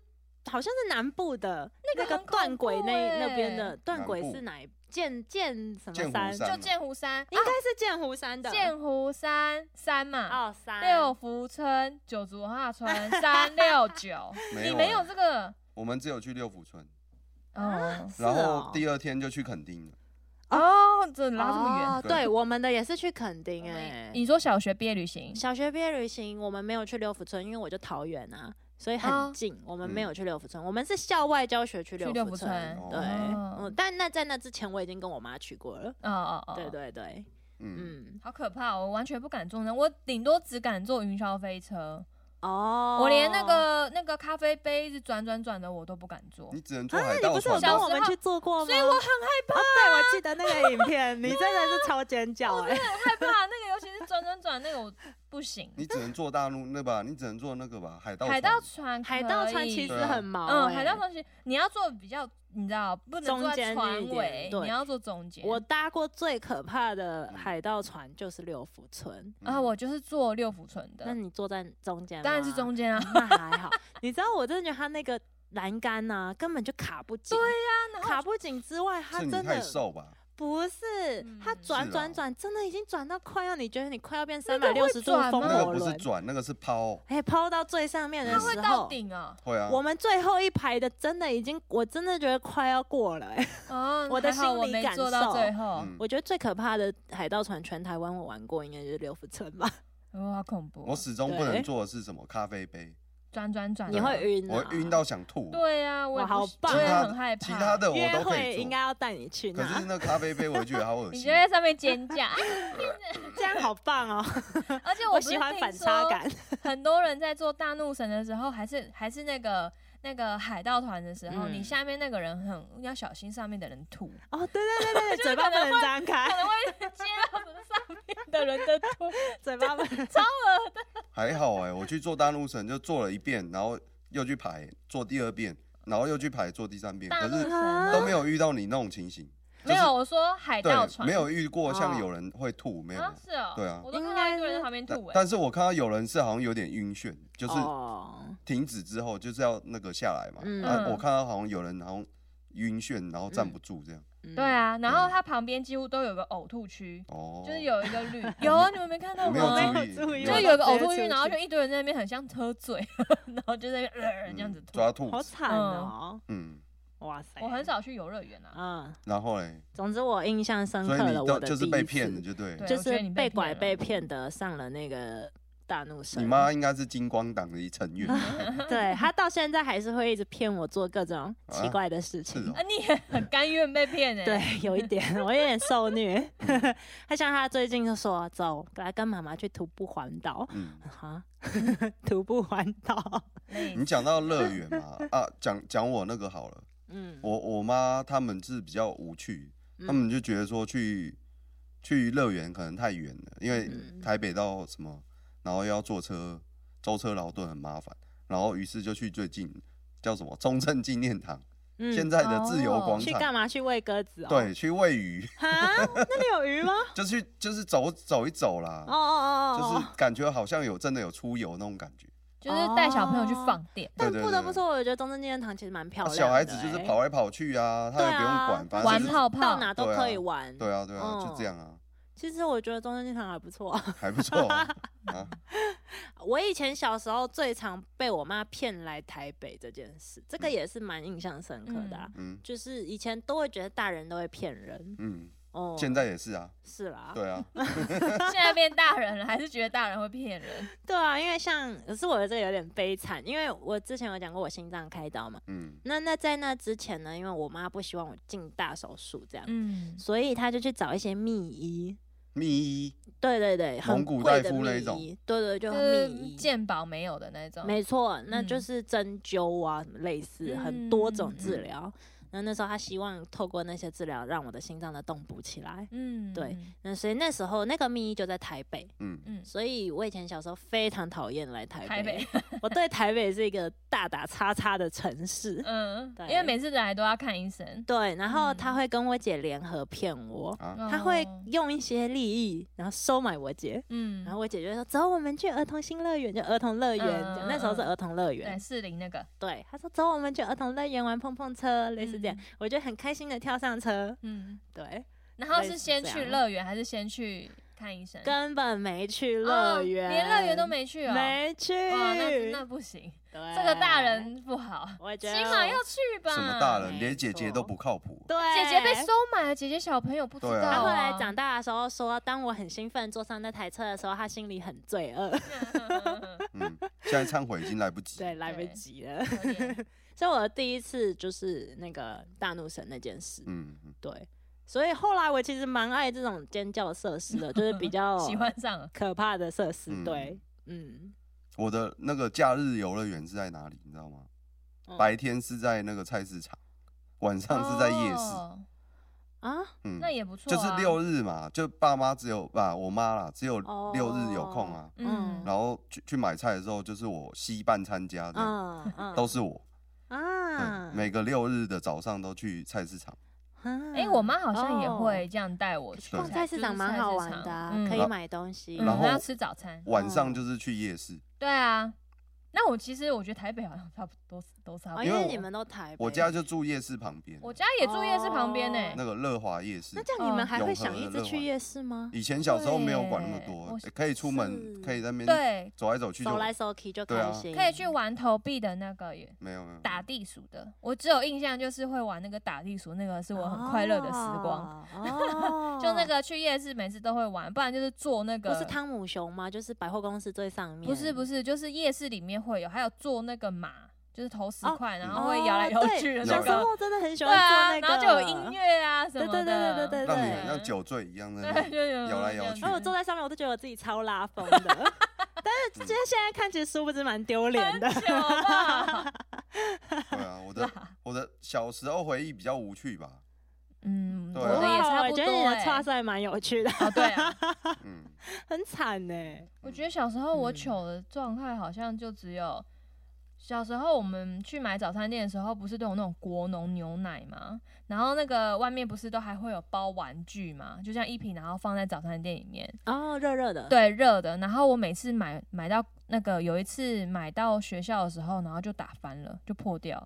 S1: 好像是南部的
S2: 那
S1: 那个
S2: 个很恐
S1: 断轨
S2: 怖欸
S1: 那那边的断
S3: 南
S1: 轨
S3: 部
S1: 是哪一剑剑什
S3: 剑
S1: 么
S3: 湖
S1: 山？
S3: 山
S2: 就剑湖山，
S1: 应该是啊剑湖山的
S2: 啊剑湖山山嘛。
S1: 哦山
S2: 六福村、九族文化村、三六 九，
S3: 没
S2: 你
S3: 有
S2: 没
S3: 啊
S2: 有这个
S3: 我们只有去六福村，
S2: 哦
S1: 是
S3: 然
S1: 哦
S3: 后第二天就去垦丁了。
S2: 哦，这拉这么远。
S1: 哦对，我们的也是去垦丁哎、
S2: 你说小学毕业旅行，
S1: 小学毕业旅行，我们没有去六福村，因为我就桃园啊，所以
S2: 哦
S1: 很近。我们没
S3: 嗯
S1: 有去六福村，我们是校外教学去
S2: 去六
S1: 福
S2: 福
S1: 村。
S2: 村
S1: 对，
S2: 哦
S1: 嗯，但那在那之前我已经跟我妈去过了。
S2: 哦哦哦，
S1: 对，对对，
S3: 嗯，
S1: 嗯，
S2: 好可怕哦，我完全不敢坐那，我顶多只敢坐云霄飞车，
S1: 哦，
S2: 我连那个那个咖啡杯一直转转转的我都不敢坐
S3: 你。只能坐
S1: 啊，
S3: 海
S1: 你不
S3: 盗
S1: 是有
S3: 船
S1: 跟
S3: 吧。
S1: 我们去做过吗？
S2: 所以我很害
S1: 哦，对，我 记得那个影片，你真的是超尖叫哎、
S2: 怕那个，尤其是转转转那个，我不行。
S3: 你只能坐大陆那吧，你只能坐那个吧，海盗
S2: 海盗船
S3: 船
S2: 可
S1: 海
S2: 以，
S1: 盗船其实
S3: 对啊
S1: 很毛、欸，
S2: 嗯，海盗船其实你要做比较，你知道不能坐
S1: 中间
S2: 在
S1: 一
S2: 船
S1: 点
S2: 尾，
S1: 对
S2: 你要坐中间。
S1: 我搭过最可怕的海盗船就是六福村，
S3: 嗯
S2: 啊，我就是坐六福村的
S1: 那，你坐在中间吗，
S2: 当然是中间啊。
S1: 那还好。你知道我真的觉得它那个栏杆呢、根本就卡不紧，
S2: 对啊然后
S1: 卡不紧之外，它
S3: 是
S1: 真
S3: 你太
S1: 的
S3: 瘦吧？
S1: 不是
S2: 嗯
S1: 它转
S3: 是
S1: 转
S3: 哦
S1: 转，真的已经转到快要你觉得你快要变
S2: 那
S1: 三
S2: 个
S1: 百
S2: 会
S1: 六十度
S2: 转
S1: 风
S2: 吗
S1: 火
S3: 那个不是
S1: 轮，
S3: 转，那个是抛，
S1: 哎，抛到最上面的
S2: 它会
S1: 时
S2: 到
S1: 候。
S2: 顶哦。
S3: 会啊。
S1: 我们最后一排的真的已经，我真的觉得快要过了、哎
S2: 哦，
S1: 我的
S2: 还好
S1: 心
S2: 我
S1: 理
S2: 没
S1: 感
S2: 做到
S1: 受
S2: 最后，
S3: 嗯，
S1: 我觉得最可怕的海盗船，全台湾我玩过，应该就是六福村吧。
S2: 哇，好恐怖哦！
S3: 我始终不
S1: 对
S3: 能做的是什么咖啡杯，
S2: 转转转，
S1: 你会晕、啊，
S3: 嗯我会晕到想吐。
S2: 对啊，我也
S1: 哇好
S2: 不是
S1: 棒
S2: 我也
S3: 其他
S2: 很害怕。
S3: 其他的我
S1: 啊约
S3: 都可以
S1: 会
S3: 做，
S1: 应该要带你去
S3: 可是
S1: 那，
S3: 那咖啡杯我就觉得好恶
S2: 你
S3: 心
S2: 就。在上面尖 叫，
S1: 这样好棒哦！
S2: 而且
S1: 我
S2: 不是
S1: 喜欢
S2: 听
S1: 反差
S2: 说
S1: 感。
S2: 很多人在做大怒神的时候，还是还是那个那个海盗团的时候，
S1: 嗯
S2: 你下面那个人很要小心上面的人 吐，
S1: 哦，对对对对，嘴巴不
S2: 可能
S1: 能张
S2: 可
S1: 开，
S2: 能会接到上面的人的吐。
S1: 嘴巴不能。
S3: 还好哎、我去做大陆神就做了一遍，然后又去排做第二遍，然后又去排做第三遍，
S2: 大
S3: 可
S2: 怒神
S3: 是
S2: 啊
S3: 都没有遇到你那种情形，
S2: 没有，我说海
S3: 对
S2: 盗，船
S3: 没有遇过像
S1: 哦
S3: 有人会吐，没有。
S2: 啊，是哦，
S3: 对啊
S2: 我都看到一堆人在旁边
S3: 但
S2: 吐哎，
S3: 但是我看到有人是好像有点晕眩，就是
S1: 哦，
S3: 停止之后就是要那个下来嘛。
S1: 嗯
S3: 啊，我看到好像有人好像晕眩，然后站不住这样。
S1: 嗯
S2: 对，啊，然后它旁边几乎都有个呕吐区，
S3: 哦，
S2: 就是有一个 绿，有啊，你们没看到
S3: 我没有
S1: 我
S2: 吗？
S1: 没有
S3: 注
S1: 注
S3: 意
S1: 意，
S2: 就
S1: 嗯我
S2: 有一个
S1: 都
S2: 呕
S1: 直接
S2: 吐区，
S1: 出
S2: 然后
S1: 去
S2: 就一堆人在那边很像喝醉， 然后就在那边、呃、这样子
S3: 嗯
S2: 吐。
S3: 抓兔
S1: 好
S3: 子，
S1: 惨哦！
S3: 嗯，
S1: 哇塞，
S2: 我很。少去游乐园
S3: 哦
S2: 啊，
S1: 嗯，
S3: 然后嘞，
S1: 总之我印象深
S3: 所
S1: 刻
S3: 以你
S1: 了，我
S3: 都
S1: 的
S3: 就是
S1: 第
S3: 被
S1: 一
S3: 骗的，
S1: 次
S3: 就对了。
S2: 对
S1: 就
S2: 我觉得
S1: 是
S2: 你被
S1: 被拐
S2: 骗了
S1: 被骗的，上了那个大怒神。
S3: 你妈应该是金光党的一成员，
S1: 对她到现在还是会一直骗我做各种奇
S3: 啊
S1: 怪的事
S3: 是
S1: 情。
S3: 哦
S2: 啊，你也很甘愿被骗哎、
S1: 对，有一点，我有点受虐。 他像他最近就说：“走，来跟妈妈去徒步环岛。
S3: 嗯”，
S1: 哈， 徒步环岛。
S2: 对
S3: 你讲到乐园嘛，啊，讲讲我那个好了，
S1: 嗯，
S3: 我我妈他们是比较无趣，
S1: 嗯
S3: 他们就觉得说去去乐园可能太远了，因为
S1: 嗯
S3: 台北到什么，然后又要坐车，舟车劳顿很麻烦，然后于是就去最近叫什么中正纪念堂，
S1: 嗯哦
S3: 现在的自由广
S1: 去干
S3: 场，
S1: 嘛？去喂鸽子哦。
S3: 对，去喂鱼，
S1: 啊，那里有鱼吗？
S3: 就去就是走走一走
S1: 哦
S3: 啦，
S1: 哦哦哦
S3: 就
S1: 哦
S3: 是。感觉好像有真的有出游那种感觉。
S2: 就是带小朋友去
S3: 哦
S2: 放电，
S1: 但
S3: 对对
S1: 不得
S3: 对
S1: 不说，我觉得中正纪念堂其实蛮漂
S3: 啊
S1: 亮的、
S3: 小孩子就是
S1: 欸
S3: 跑来跑去啊，他
S1: 对
S3: 也不用
S1: 啊
S3: 管，反正
S2: 玩
S3: 就是
S2: 泡泡
S1: 到，哪都
S3: 对啊
S1: 可以玩。
S3: 对啊，对啊，
S1: 嗯
S3: 就这样啊，
S1: 其实我觉得中正纪念堂还不错。
S3: 还不错啊。 啊
S1: 我以前小时候最常被我妈骗来台北这件事，这个也是蛮印象深刻的、啊。
S3: 嗯
S1: 就是以前都会觉得大人都会骗人，
S3: 嗯，
S1: 哦，
S3: 现在也是啊，
S1: 是啦，
S3: 对啊，
S2: 现在变大人了，还是觉得大人会骗人。
S1: 对啊，因为像可是我的这个有点悲惨，因为我之前有讲过我心脏开刀嘛，
S3: 嗯
S1: 那那在那之前呢，因为我妈不希望我进大手术这样，
S2: 嗯，
S1: 所以她就去找一些秘医，
S3: 秘医
S1: 对对对，很
S3: 蒙古
S1: 贵
S3: 大
S1: 的
S3: 夫那
S1: 秘
S3: 一种呃
S1: 医，对对，就
S2: 就
S1: 很
S2: 是
S1: 秘医。
S2: 鉴宝没有的那种，
S1: 没错，那就
S2: 嗯
S1: 是针灸啊，什么类似很多种治疗。那那时候她希望透过那些治疗让我的心脏的动补起来。
S2: 嗯，
S1: 对那所以那时候那个秘医就在台北，
S3: 嗯，
S2: 嗯，
S1: 所以我以前小时候非常讨厌来台北，
S2: 台北
S1: 我对台北是一个大打叉叉的城市。
S2: 嗯，
S1: 对
S2: 因为每次来都要看医生，
S1: 对，然后他
S2: 嗯
S1: 会跟我姐联合骗我，
S3: 啊，
S1: 他会
S2: 哦
S1: 用一些利益，然后收买我姐，
S2: 嗯，
S1: 然后我姐就会说：“走，我们去儿童新乐园，就儿童乐园。
S2: 嗯
S1: 这样那时候是
S2: 嗯嗯
S1: 儿童乐园
S2: 对，，士林那个，
S1: 对，他说：“走，我们去儿童乐园玩碰碰车，类似这样。
S2: 嗯
S1: 我就很开心的跳上车，
S2: 嗯，
S1: 对，
S2: 然后
S1: 类
S2: 是
S1: 似
S2: 先
S1: 这
S2: 去
S1: 样
S2: 乐园还是先去看医生？
S1: 根本没去
S2: 哦
S1: 乐园，
S2: 连乐园都、没去哦，
S1: 没去。
S2: 哇，那那不行，
S1: 对
S2: 这个大，人不好，
S1: 我觉
S2: 起
S1: 得
S2: 码要去吧。
S3: 什么大人
S1: 没
S3: 连姐姐都
S1: 错
S3: 不靠谱，
S1: 对
S2: 姐姐被收买了，姐姐小朋友不知道、
S3: 对啊
S1: 他
S2: 啊。
S1: 后来长大的时候说，当我很兴奋坐上那台车的时候，他心里很罪恶，
S3: 嗯，现在忏悔已经来不及。
S1: 对，来不
S2: 对
S1: 及了。
S2: 有点
S1: 所以我的第一次就是那个大怒神那件事，
S3: 嗯，嗯
S1: 对。所以后来我其实蛮爱这种尖叫设施的，就是比较
S2: 喜欢上了，
S1: 可怕的设施，
S3: 嗯
S1: 对，嗯，
S3: 我的那个假日游乐园是在哪里？你知道吗？
S1: 嗯
S3: 白天是在那个菜市场，晚上是在夜市。
S2: 哦
S1: 啊，
S3: 嗯
S2: 那，也不错、啊，
S3: 就是六日嘛，就爸妈只有啊，我妈啦，只有
S1: 哦
S3: 六日有空啊。
S1: 嗯
S2: 嗯，
S3: 然后去去买菜的时候，就是我西半参加的，
S1: 嗯嗯，
S3: 都是嗯我。对
S2: 嗯
S1: 啊，
S3: 每个六日的早上都去菜市场，
S1: 啊
S2: 哎、我妈好像也
S1: 哦
S2: 会这样带我去
S3: 对
S1: 逛菜市场蛮好玩的、啊，可以买东西。
S2: 嗯，
S3: 然后
S2: 要吃早餐。
S3: 晚上就是去夜市。
S2: 对啊，那我其实我觉得台北好像差不多都差不
S1: 哦，
S2: 多。
S1: 因
S3: 因为
S1: 为
S3: 我
S1: 你们都台北，
S3: 我家就住夜市旁边，
S2: 我家也住夜市旁边呢、
S1: 哦
S3: 那个乐华夜市
S1: 那。这样你们还会想
S3: 嗯
S1: 一直去夜市吗？
S3: 以前小时候没有管那么
S2: 对
S3: 多，
S2: 我
S3: 欸可以出
S1: 是
S3: 门，可以在那边
S2: 对，
S3: 走来走去就
S1: 走来走去就
S3: 对
S1: 开
S3: 啊
S1: 心，
S2: 可以去玩投币的那个也
S3: 没有没有
S2: 打地鼠的。我只有印象就是会玩那个打地鼠，那个是我很快乐的时光。
S1: 哦。哦
S2: 就那个去夜市每次都会玩，不然就是坐那个
S1: 不是汤姆熊吗？就是百货公司最上面，
S2: 不是不
S1: 是，
S2: 是，就是夜市里面会有，还有坐那个马，就是投十
S1: 哦
S2: 块，然
S3: 哦
S2: 后会摇来摇去的那
S1: 小时
S2: 个。
S1: 候真的很喜
S2: 对
S1: 欢做
S2: 啊，
S1: 那个，
S2: 然后就有音乐啊什
S1: 对
S2: 么的。
S1: 对对对对
S3: 让你
S1: 对
S3: 很像酒醉一样在那
S2: 对，
S3: 里
S2: 就有
S3: 嗯摇来摇
S2: 有
S3: 去
S1: 然后我坐在上面，我都觉得我自己超拉风的。 但是其实现在看，其实殊不知蛮丢脸的。
S2: 久 吧
S3: 对啊，我的我的小时候回忆比较无趣吧，
S2: 嗯，
S3: 对
S2: 我
S3: 啊
S2: 的
S1: 哇
S2: 也差
S1: 我
S2: 不
S1: 觉
S2: 多
S1: 得你的
S2: 欸
S1: 差赛蛮有趣的，
S2: 哦，对啊，
S3: 嗯，
S1: 很惨欸呢、
S2: 我觉得小时候我
S1: 嗯
S2: 糗的状态好像就只有小时候我们去买早餐店的时候，不是都有那种国农牛奶吗？然后那个外面不是都还会有包玩具吗？就像一瓶，然后放在早餐店里面，
S1: 哦，热热的，，
S2: 对，热的。然后我每次买买到那个有一次买到学校的时候，然后就打翻了，就破掉，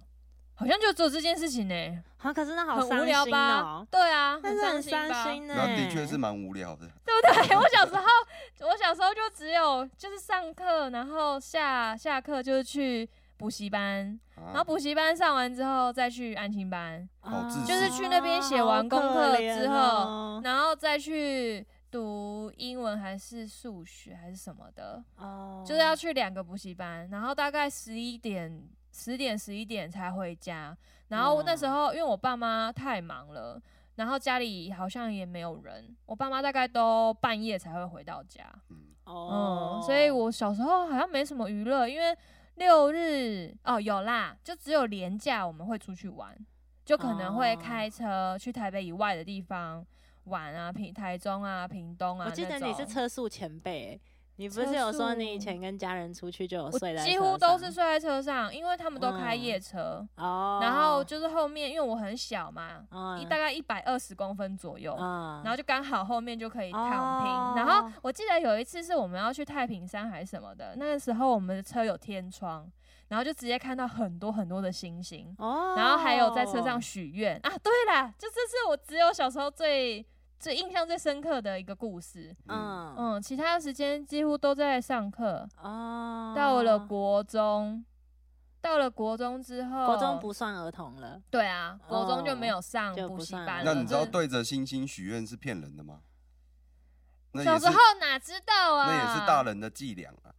S2: 好像就做这件事情呢、
S1: 好、啊可是那好
S2: 很
S1: 伤
S2: 无聊
S1: 心
S2: 吧
S1: 哦？、
S2: 对啊，
S1: 但是
S2: 伤
S1: 很
S2: 心吧
S1: 伤心欸呢、
S3: 然后的确是蛮无聊的，啊
S2: 对 不哎对？我小时候，我小时候就只有就是上课，然后下下课就是去补习班，然后
S3: 啊，
S2: 补习班上完之后再去安亲班，
S3: 好自私
S2: 哦就是去那边写完功课之后
S1: 啊
S2: 然后再去读英文还是数学还是什么的，
S1: 好可怜哦，
S2: 就是要去两个补习班，然后大概十一点。十点十一点才回家，然后那时候因为我爸妈太忙了，然后家里好像也没有人，我爸妈大概都半夜才会回到家。
S3: 嗯，
S1: 哦
S2: 嗯，所以我小时候好像没什么娱乐，因为六日哦有啦，就只有廉假我们会出去玩，就可能会
S1: 哦
S2: 开车去台北以外的地方玩啊，平台中啊、屏东啊
S1: 我记得你是
S2: 车，
S1: 车速前辈、你不
S2: 车
S1: 是有说你
S2: 速
S1: 以前跟家人出去就有
S2: 我
S1: 睡在
S2: 几
S1: 车
S2: 乎都
S1: 上
S2: 是睡在车上，因为他们都开
S1: 嗯
S2: 夜车，
S1: 哦，
S2: 然后就是后面因为我很小嘛，
S1: 嗯
S2: 一大概一百二十公分左右，
S1: 嗯
S2: 然后就刚好后面就可以躺平。
S1: 哦
S2: 然后我记得有一次是我们要去太平山还是什么的，那个时候我们的车有天窗，然后就直接看到很多很多的星星，
S1: 哦，
S2: 然后还有在车上许愿、啊。对啦，就这是我只有小时候最最印象最深刻的一个故事。
S3: 嗯，
S1: 嗯
S2: 嗯，其他的时间几乎都在上课。
S1: 哦，
S2: 到了国中，到了国中之后，
S1: 国中不算儿童了，
S2: 对啊，国中就没有上
S1: 就
S2: 补
S1: 不
S2: 习
S1: 上
S2: 班
S1: 了
S2: 了。
S3: 那你知道
S2: 就是
S3: 对着星星许愿是骗人的吗？那
S2: 小
S3: 也
S2: 时
S3: 是
S2: 候哪知道啊？
S3: 那也是大。人的伎俩啊，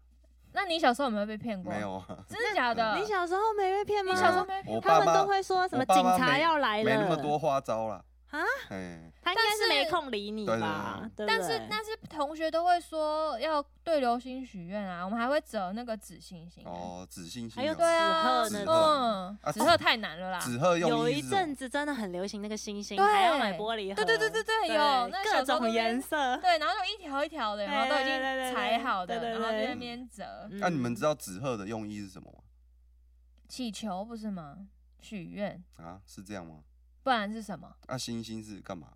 S2: 那你小时候有没有被骗过？
S3: 没，有啊，
S2: 真的假的？
S1: 你小时候没被骗吗？
S2: 呃你小时候没
S3: 我
S1: 他
S3: 爸
S1: 们
S3: 妈
S1: 都会说什么
S3: 我
S1: 警
S3: 爸妈
S1: 察
S3: 没
S1: 要来了，
S3: 没那么多花招啦，
S1: 啊，
S3: 哎，
S1: 他应该
S2: 但
S1: 是
S2: 是
S1: 没空理你
S3: 对对
S1: 吧？对不
S2: 但是
S1: 对
S2: 但是同学都会说要对流星许愿啊，我们还会折那个纸星星。，
S3: 哦，紫星星
S1: 还有
S3: 哦，
S2: 对啊，
S1: 纸
S3: 鹤
S2: 嗯
S3: 呢，啊
S2: 纸鹤太难了啦。
S3: 紫鹤用
S1: 有
S3: 意
S1: 一
S3: 是什么
S1: 阵子真的很流行那个星星，
S2: 对
S1: 还要买玻璃盒，
S2: 对对对对对，有那
S1: 各
S2: 小时候
S1: 种
S2: 都在
S1: 颜。色。
S2: 对，然后就一条一条的，然后都已
S1: 对对对对对
S2: 经裁好
S1: 对
S2: 的，
S1: 对
S2: 然
S1: 对
S2: 后就在那边折
S1: 嗯
S3: 那你们知道紫鹤的用意是什么
S2: 祈求不是吗？许愿，
S3: 吗？啊，是这样吗？
S2: 不然是什么？
S3: 那星星是干嘛？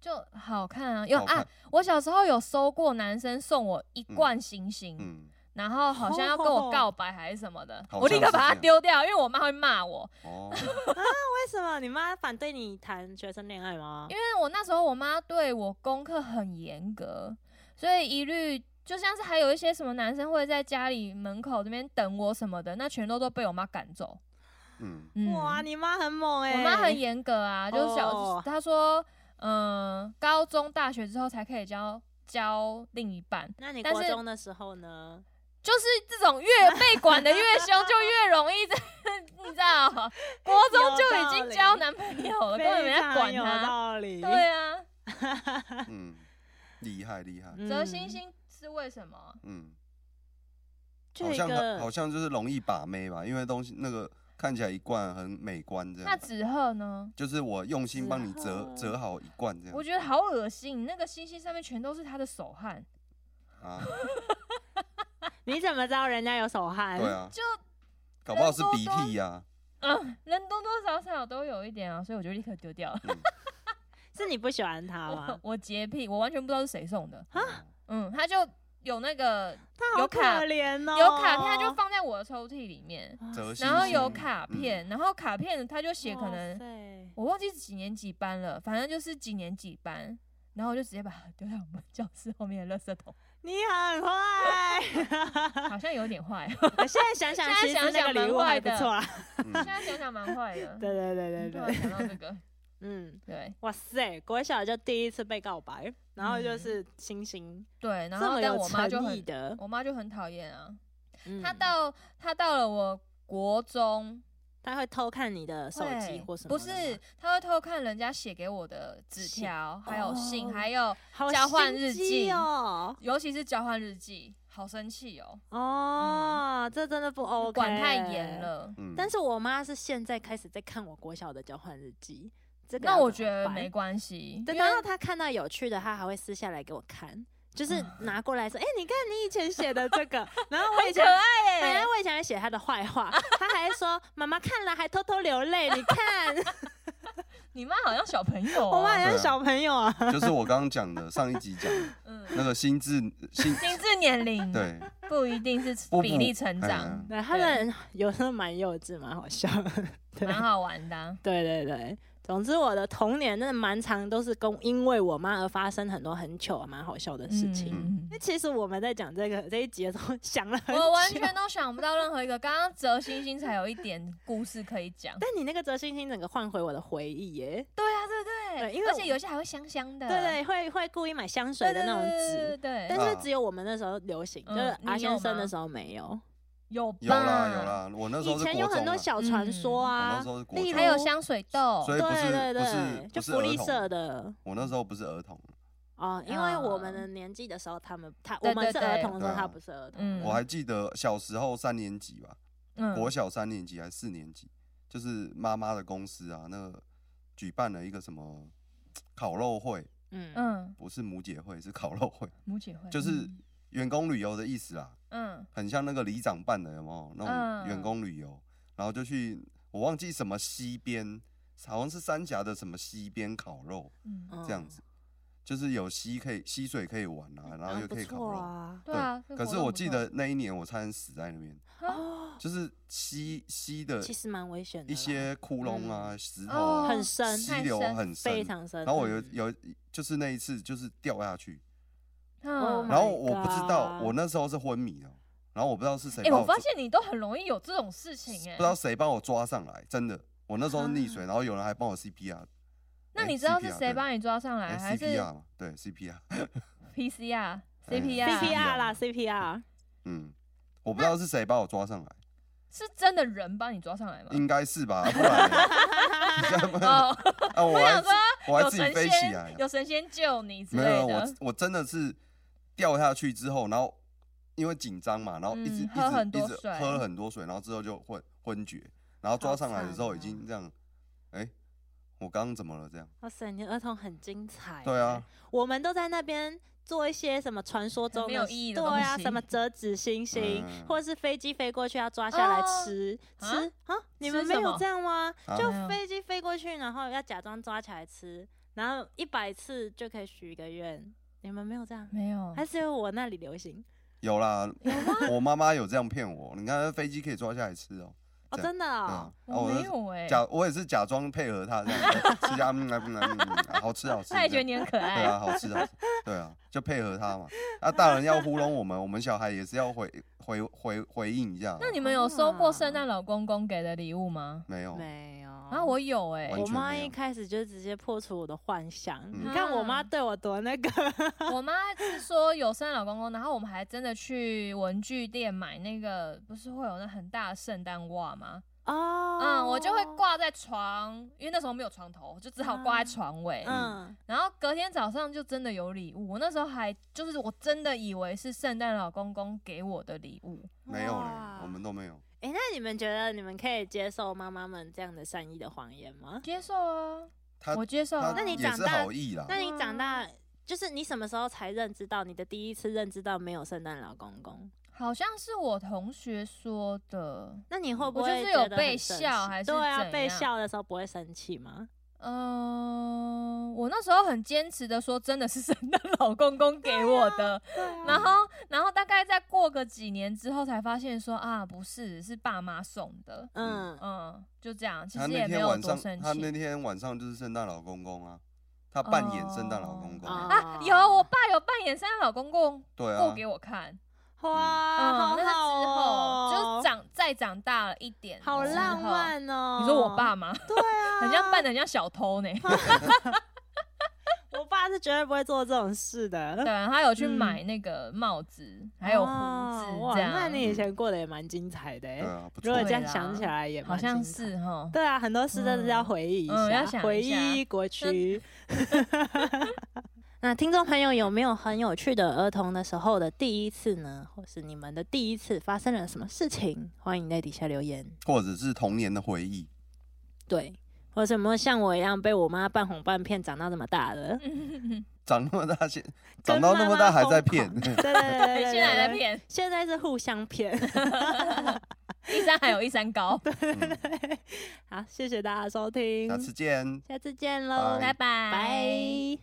S2: 就好看啊，有
S3: 好看
S2: 啊！我小时候有收过男生送我一罐星星，
S3: 嗯，
S2: 然后好像要跟我告白还是什么的，
S3: 好像
S2: 我立刻把它
S3: 是这样
S2: 丢掉，因为我妈会骂我。
S3: 哦，
S1: 嗯为什么你妈反对你谈学生恋爱吗？
S2: 因为我那时候我妈对我功课很严格，所以一律就像是还有一些什么男生会在家里门口这边等我什么的，那全都都被我妈赶走。
S3: 嗯，
S2: 嗯，
S1: 哇，你妈很猛哎、
S2: 我妈很严格啊，就是小、
S1: 哦
S2: 她说，嗯、高中大学之后才可以交交另一半，
S1: 那你
S2: 但
S1: 国
S2: 是
S1: 中的时候呢？
S2: 就是这种越被管的越凶，就越容易在， 你知道吗？国中就已经交男朋友了，根本没
S1: 非
S2: 在管
S1: 常有
S2: 他。
S1: 道理。
S2: 对啊，
S3: 嗯，厉害厉害，
S1: 嗯
S2: 折星星是为什么？
S3: 嗯，
S1: 就
S3: 好
S1: 一
S3: 像
S1: 个
S3: 好像就是容易把妹吧，因为东西那个看起来一罐很美观这
S2: 那
S3: 样，啊
S2: 纸鹤呢？
S3: 就是我用心帮你折
S1: 纸鹤
S3: 折好一罐这样
S2: 我觉得好恶心，那个星星上面全都是他的手汗，
S3: 啊，
S1: 你怎么知道人家有手汗？
S3: 对啊，
S2: 就
S3: 搞不好是鼻涕呀、
S2: 人多多少少都有一点啊，所以我就立刻丢掉了。
S1: 是你不喜欢他
S2: 我
S1: 吗？
S2: 我洁癖，我完全不知道是谁送的。
S3: 啊，
S2: 嗯，他就有那个
S1: 他好
S2: 有
S1: 可
S2: 卡
S1: 怜哦，啊
S2: 有卡片，他就放在我的抽屉里面，
S3: 折星星嗯
S2: 然后有卡片，然后卡片他就写可能
S1: 能
S2: 我忘记是几年几班了，反正就是几年几班，然后我就直接把它丢在我们教室后面的垃圾 桶，
S1: 你很坏。
S2: 好像有点坏，
S1: 我 现在想想，其
S2: 现在
S1: 实那
S2: 想
S1: 个
S2: 想
S1: 礼物
S2: 蛮
S1: 还
S2: 坏
S1: 不
S2: 的
S1: 错啦。
S2: 现
S3: 嗯嗯
S2: 在想想蛮坏的。
S1: 对对对对
S2: 突然
S1: 对，
S2: 想到这个，
S1: 嗯，
S2: 对
S1: 哇塞，国小就第一次被告白，然后就是星星，
S2: 对，嗯然
S1: 这
S2: 后
S1: 么
S2: 但
S1: 有
S2: 我妈就
S1: 诚意
S2: 很，
S1: 的，
S2: 我妈就很讨厌啊，
S1: 嗯
S2: 她到她到了我国中，
S1: 他会偷看你的手机
S2: 会
S1: 或什么
S2: 不
S1: 的
S2: 是
S1: 吗，，
S2: 她会偷看人家写给我的纸
S1: 信
S2: 条，还有信，
S1: 哦
S2: 还有
S1: 好
S2: 交换日
S1: 心机
S2: 记
S1: 哦，
S2: 尤其是交换日记，好生气哦，
S1: 哦，这真的不 OK，
S2: 嗯管太严。了。
S3: 嗯
S1: 但是我妈是现在开始在看我国小的交换日记，这个
S2: 那
S1: 要
S2: 我
S1: 怎
S2: 觉
S1: 么
S2: 得
S1: 办
S2: 没关系，
S1: 对，
S2: 因为
S1: 然后他看到有趣的，他还会撕下来给我看，就是拿过来说：“哎、你看你以前写的这个。”然后我以
S2: 嗯很可
S1: 前，
S2: 爱哦
S1: 本
S2: 耶、
S1: 来我以前会写他的坏话，他还说：“妈妈看了还偷偷流泪，你 看。
S2: 你妈好像小朋”友、
S1: 我妈
S2: 啊，
S1: 也是小朋友啊，
S3: 就是我刚刚讲的上一集讲的
S2: 嗯，
S3: 那个心智心
S2: 心智年龄
S3: 对
S2: 不一定是
S3: 不不哎
S2: 比例成长，
S1: 对，他们有时候蛮幼稚，蛮好笑的。对
S2: 蛮好玩的啊、
S1: 对对对，总之我的童年真的蛮长，都是跟因为我妈而发生很多很糗、蛮好笑的事情。
S2: 嗯
S1: 因为其实我们在讲这个这一集的时候 想
S3: 嗯
S1: 了很久，
S2: 我完全都想不到任何一个，刚刚折星星才有一点故事可以讲。
S1: 但你那个折星星整个唤回我的回忆耶，
S2: 对啊，对对
S1: 对因为
S2: 而
S1: 我
S2: 且有些还会香香的，
S1: 对对，会会故意买香水的那种
S2: 嗯对对对
S1: 纸，
S2: 对对
S1: 但
S2: 对
S1: 是
S3: 嗯
S1: 只有我们那时候流行，
S2: 嗯
S1: 就是
S2: 你
S1: 阿
S2: 有
S1: 先生
S2: 吗
S1: 的时候没有。
S2: 有吧？
S3: 有啦有，啦，我那时
S1: 以
S3: 候是
S1: 前
S3: 国
S1: 有很
S3: 中、
S1: 多
S3: 啊，嗯
S1: 小传说
S3: 我
S1: 啊
S3: 那时，候是国
S1: 例
S3: 中，
S2: 还有
S1: 如
S2: 香水豆，
S3: 所以不
S1: 对
S3: 是
S1: 对
S3: 不是
S1: 对，就
S3: 不是
S1: 福利社
S3: 儿童，
S1: 的
S3: 我那时候不是儿童，
S1: 哦，因为我们
S2: 啊
S1: 的年纪的时候，他们他
S2: 对
S1: 我们
S2: 对
S1: 是
S2: 对
S1: 儿童的时候，
S3: 对啊
S1: 他不是儿童。
S2: 嗯
S3: 我还记得小时候三年级吧，
S2: 嗯
S3: 国小三年级还是四年级，就是妈妈的公司啊，那个举办了一个什么烤肉会，
S1: 嗯，
S2: 嗯，
S3: 不是母姐会，是烤肉会，
S2: 母姐会
S3: 就是员工旅游的意思啦，
S2: 嗯
S3: 很像那个里长办的，有没有那
S2: 嗯
S3: 种员工旅游？然后就去，我忘记什么西边，好像是三峡的什么西边烤肉
S2: 嗯嗯，
S1: 嗯
S3: 这样子，就是有溪可以溪水可以玩啊，然后
S1: 啊
S3: 又
S1: 不
S3: 可以烤
S1: 错
S3: 肉。
S1: 啊。
S2: 对嗯啊。这
S3: 可
S2: 活
S3: 是
S2: 动
S3: 我
S2: 不
S3: 记
S2: 错
S3: 得那一年我差点死在那边，
S2: 嗯
S1: 哦，
S3: 就是溪溪的
S1: 其实蛮危险的啦，
S3: 一些窟窿啊、石头
S2: 哦
S3: 啊，
S1: 很深，
S3: 溪
S2: 太
S3: 流
S2: 深
S3: 很
S1: 非
S3: 深。
S1: 常深。
S3: 然后我有
S1: 嗯
S3: 有就是那一次就是掉下去，
S1: 我
S2: 嗯
S1: 买
S3: 然后我不知道
S1: God
S3: 我那时候是昏迷的，然后我不知道是谁
S2: 哎、
S3: 把
S2: 我
S3: 我
S2: 发
S3: 抓
S2: 现你都很容易有这种事情哎、
S3: 不知道谁帮我抓上来，真的。我那时候溺水，然后有人还帮我 CPR。
S2: 啊那
S3: 哎
S2: 你知道是
S3: CPR
S2: 谁
S3: 对
S2: 帮你抓上来，
S3: 哎
S2: 还是
S3: CPR 嘛？对 CPR，
S2: PCR、
S3: 哎
S2: CPR？
S1: CPR 啦，CPR
S3: 嗯，我不知道是谁把我抓上来，
S2: 是真的人帮你抓上来吗？
S3: 应该是吧？不 然呢你这样不
S2: 哦，
S3: 啊，我
S2: 我
S3: 还
S2: 想说
S3: 我还
S2: 有
S3: 自己
S2: 神
S3: 飞起来
S2: 仙，
S3: 了，
S2: 有神仙救你之
S3: 没
S2: 类
S3: 有，
S2: 的
S3: 我。我真的是掉下去之后，然后因为紧张嘛，然后一直一
S2: 嗯喝很
S3: 直
S2: 多
S3: 一直
S2: 水
S3: 喝了很多水，然后之后就昏昏厥，然后抓上来的时候已
S2: 哦
S3: 经这样，哎，我刚刚怎么了？这样？
S1: 哇塞，你的儿童很精
S2: 哎
S1: 彩。
S3: 对啊，，
S1: 我们都在那边做一些什么传说中
S2: 很
S1: 的
S2: 没有意义的
S1: 对啊，
S2: 东西
S1: 什么折纸 星星，
S3: 嗯
S1: 或者是飞机飞过去要抓下来吃、
S2: 啊
S1: 吃啊？你们
S2: 吃
S1: 没
S2: 什
S1: 有
S2: 么
S1: 这样吗？
S3: 啊
S1: 就
S2: 没有
S1: 飞机飞过去，然后要假装抓起来吃，然后一百次就可以许一个愿。你们没有这样？
S2: 没有
S1: 还是因为我那里流行
S3: 有啦，我妈妈有这样骗我。你看飞机可以抓下来吃哦、
S1: 哦，
S3: 这样
S1: 真的
S3: 对
S1: 哦
S3: 啊，，啊我
S2: 没
S3: 那
S2: 有哎、
S3: 假我也是假装配合她这样吃下，嗯啊嗯啊嗯啊啊好吃好吃，
S2: 他也觉得
S3: 这样
S2: 你很可
S3: 对
S2: 爱，
S3: 啊，好吃好吃，对啊，就配合她嘛。啊，大人要糊弄我们，我们小孩也是要回回回回应一下啊。
S2: 那你们有收过圣诞老公公给的礼物吗？
S3: 没有？
S1: 没有。然
S2: 啊，我有哎、
S3: 哦完
S1: 我
S3: 全
S1: 妈
S3: 没有
S1: 一开始就直接破除我的幻想。
S3: 嗯
S1: 你看我
S2: 啊
S1: 妈对我多那个，
S2: 我妈是说有圣诞老公公，然后我们还真的去文具店买那个，不是会有那很大的圣诞袜吗？
S1: 哦，
S2: 嗯，我就会挂在床，因为那时候没有床头，就只好挂在床尾。
S1: 嗯，
S2: 然后隔天早上就真的有礼物，我那时候还就是我真的以为是圣诞老公公给我的礼物，
S3: 没有嘞
S1: 哇，
S3: 我们都没有。
S1: 哎、那你们觉得你们可以接受妈妈们这样的善意的谎言吗？
S2: 接受啊，
S3: 他
S2: 我接受、啊。
S1: 那
S3: 他
S1: 你
S3: 也
S1: 长
S3: 是
S1: 大
S3: 好意啦，
S1: 那你长大，
S2: 嗯
S1: 就是你什么时候才认知到你的第一次认知到没有圣诞老公公？
S2: 好像是我同学说的，
S1: 那你会不
S2: 我就
S1: 会觉
S2: 是有
S1: 得
S2: 被
S1: 很生
S2: 笑
S1: 气
S2: 还是
S1: 对啊？
S2: 怎
S1: 被
S2: 样
S1: 笑的时候不会生气吗？
S2: 嗯、我那时候很坚持的说，真的是圣诞老公公给我 的。
S1: 嗯
S2: 然后，然后大概再过个几年之后，才发现说啊，不是，是爸妈送的。
S1: 嗯，
S2: 嗯，就这样，其
S3: 他
S2: 实
S3: 那
S2: 也没
S3: 天
S2: 有
S3: 晚
S2: 多
S3: 上，
S2: 生
S3: 他那
S2: 气。
S3: 天晚上就是圣诞老公公啊，他扮演圣诞老公公，
S1: 哦
S2: 啊，有我爸有扮演圣诞老公公
S3: 对
S2: 过
S3: 啊，
S2: 给我看，
S1: 啊哇，好
S2: 嗯，那是之
S1: 好
S2: 后，
S1: 哦
S2: 就是长再长大了一点，
S1: 好
S2: 之
S1: 浪
S2: 后。
S1: 漫哦。
S2: 你说我爸吗？
S1: 对啊，
S2: 很像扮的很像小 偷呢。
S1: 我爸是绝对不会做这种事
S2: 对，啊
S1: 的。
S2: 他有去买那个帽子，还有胡
S1: 嗯哦
S2: 子
S1: 哇
S2: 这样。
S1: 那你以前过得也蛮精彩的欸
S3: 对。啊，不
S1: 如
S3: 错
S1: 果
S2: 对。
S1: 这样
S2: 啦
S1: 想起来也蛮
S2: 好像
S1: 精彩
S2: 是哈。
S1: 对啊，很多事真的是要回忆一下，
S2: 嗯嗯要想一
S1: 回
S2: 下
S1: 忆过去。 那听众朋友有没有很有趣的儿童的时候的第一次呢？或是你们的第一次发生了什么事情？欢迎在底下留言。
S3: 或者是童年的回忆，
S1: 对，或者有没有像我一样被我妈半哄半骗长到这么大的？
S2: 嗯
S3: 长那么大现，
S1: 跟
S3: 长到那么大还在骗
S1: 妈， 妈疯狂对对对对对
S2: 对，
S1: 对，
S2: 哎 现在还在
S1: 对，
S2: 骗，
S1: 现在是互相骗。
S2: 一山还有一山高，
S1: 好，谢谢大家收听，
S3: 下次见。
S1: 下次见喽，
S2: 拜
S3: 拜
S2: 拜
S1: 拜。